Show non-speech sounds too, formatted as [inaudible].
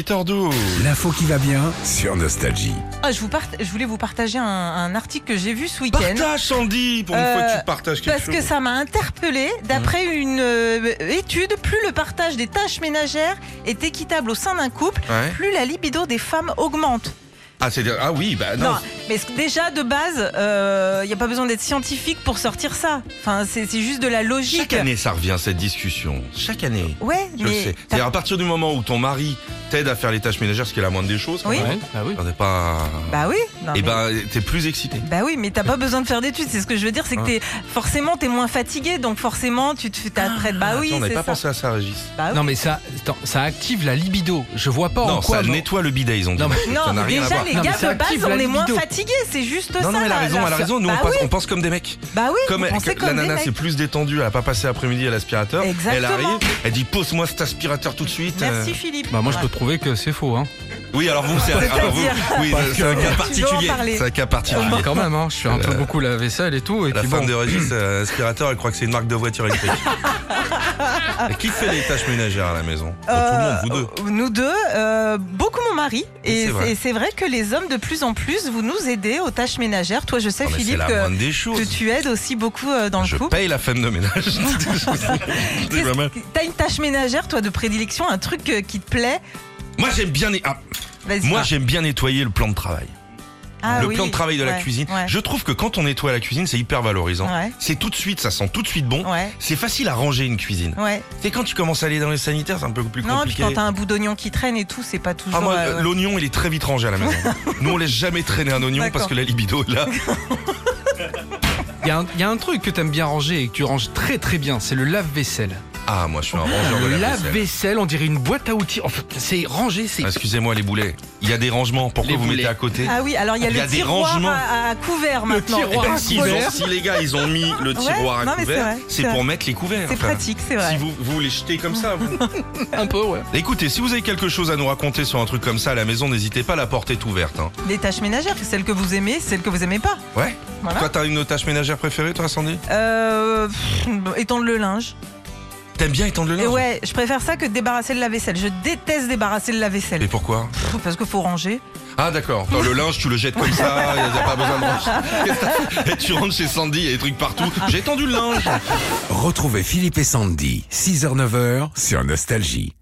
8h12. L'info qui va bien sur Nostalgie. Ah, je, vous part- je voulais vous partager un, un article que j'ai vu ce week-end. Partage, Sandy Pour une Euh, fois que tu partages quelque Parce chose. que ça m'a interpellée. D'après une euh, étude, plus le partage des tâches ménagères est équitable au sein d'un couple, Ouais. plus la libido des femmes augmente. Ah, c'est... ah oui, bah non. Non, mais c- déjà de base, il n'y a pas besoin d'être scientifique pour sortir ça. Enfin, c'est c'est juste de la Chaque logique. année, ça revient, cette discussion. Chaque année. Ouais, Je le mais sais. t'as- C'est-à-dire, à partir du moment où ton mari t'aide à faire les tâches ménagères, ce qui est la moindre des choses, quand Oui. même, Ouais, bah oui. quand t'es pas. bah oui. non, Et mais- bah, t'es plus excité. Bah oui, mais t'as pas besoin de faire d'études. C'est ce que je veux dire, c'est que Ah. t'es forcément t'es moins fatigué, donc forcément tu te fais ta traite. Bah oui, Attends, on n'avait c'est pas ça. pensé à ça, Régis. Bah oui. Non mais ça, attends, ça active la libido. Je vois pas en non, quoi. ça bon- nettoie le bidet, ils ont dit. Non, mais- ça Non, n'a mais rien à déjà, voir. les Non, mais gars, ça de base, active on la est moins libido. fatigué, c'est juste Non, ça. non, elle a la- raison, la- elle a raison. Nous, Bah on, pense, oui, on pense comme des mecs. Bah oui, Comme, vous elle- pensez la comme des nana, c'est mecs. plus détendue, elle a pas passé l'après-midi à l'aspirateur. Elle Exactement. arrive, elle dit pose-moi cet aspirateur tout de suite. euh, Merci Philippe. Bah moi je peux te prouver que c'est faux. Ah, Hein. Oui, alors vous, c'est alors vous- oui, c'est un cas particulier. parler. Ah, C'est un cas particulier. Quand même, hein, je fais un peu beaucoup la vaisselle et tout. Et Euh, La puis femme bon. de Régis, euh, aspirateur, elle croit que c'est une marque de voiture électrique. [laughs] Et qui fait les tâches ménagères à la maison Tout le monde, vous deux. Euh, Nous deux, euh, beaucoup mon mari. Et Et c'est vrai. et c'est vrai que les hommes, de plus en plus, vous nous aidez aux tâches ménagères. Toi, je sais, Non, Ah, mais c'est Philippe, la que, moindre des que choses. tu aides aussi beaucoup euh, dans le Je couple. paye la femme de [laughs] ménage. C'est Qu'est-ce- pas mal. T'as une tâche ménagère, toi, de prédilection, un truc euh, qui te plaît Moi, j'aime bien, né- ah, Vas-y. moi, j'aime bien nettoyer le plan de travail. Ah le oui. plan de travail de la Ouais, cuisine. hein. ouais. Je trouve que quand on nettoie la cuisine, c'est hyper valorisant. Ouais. C'est tout de suite, ça sent tout de suite bon. Ouais, C'est facile à ranger une cuisine. ouais. C'est quand tu commences à aller dans les sanitaires, c'est un peu plus Non, puis compliqué. quand t'as un bout d'oignon qui traîne et tout, c'est pas toujours. Ah, moi, euh, ouais. l'oignon, il est très vite rangé à la maison. [laughs] Nous, on laisse jamais traîner un oignon parce D'accord. que la libido est là. Il y, a un- il y a un truc que t'aimes bien ranger et que tu ranges très très bien, c'est le lave-vaisselle. Ah, moi, je suis un rangeur de le la vaisselle. lave-vaisselle, on dirait une boîte à outils. En fait, c'est rangé, c'est. Ah, Excusez-moi, les boulets. Il y a des rangements. Pourquoi Les vous boulets. mettez à côté Ah oui, alors il y a Il y le a des tiroir rangements. à, à couvert maintenant. tiroir à Ah, si, ils couvert. ont- si les gars, ils ont mis le Ouais, tiroir non, à mais c'est couvert, vrai, c'est c'est pour vrai. mettre les couverts. C'est enfin. pratique, c'est Si vrai. vous, vous les jetez comme ça. vous. Un peu, ouais. Écoutez, si vous avez quelque chose à nous raconter sur un truc comme ça à la maison, n'hésitez pas, la porte est ouverte. hein. Les tâches ménagères, celles que vous aimez, celles que vous aimez pas. Ouais Voilà. Toi, t'as une tâche ménagère préférée, toi, Sandy Euh, pff, étendre le linge. T'aimes bien étendre le linge Et ouais, je préfère ça que de débarrasser le lave-vaisselle. Je déteste débarrasser le Mais lave-vaisselle. pourquoi Pff, Parce qu'il faut ranger. Ah d'accord, Dans le linge tu le jettes comme ça, il n'y a pas besoin de ranger. Et tu rentres chez Sandy, il y a des trucs partout. J'ai étendu le linge Retrouvez Philippe et Sandy, 6h-9h sur Nostalgie.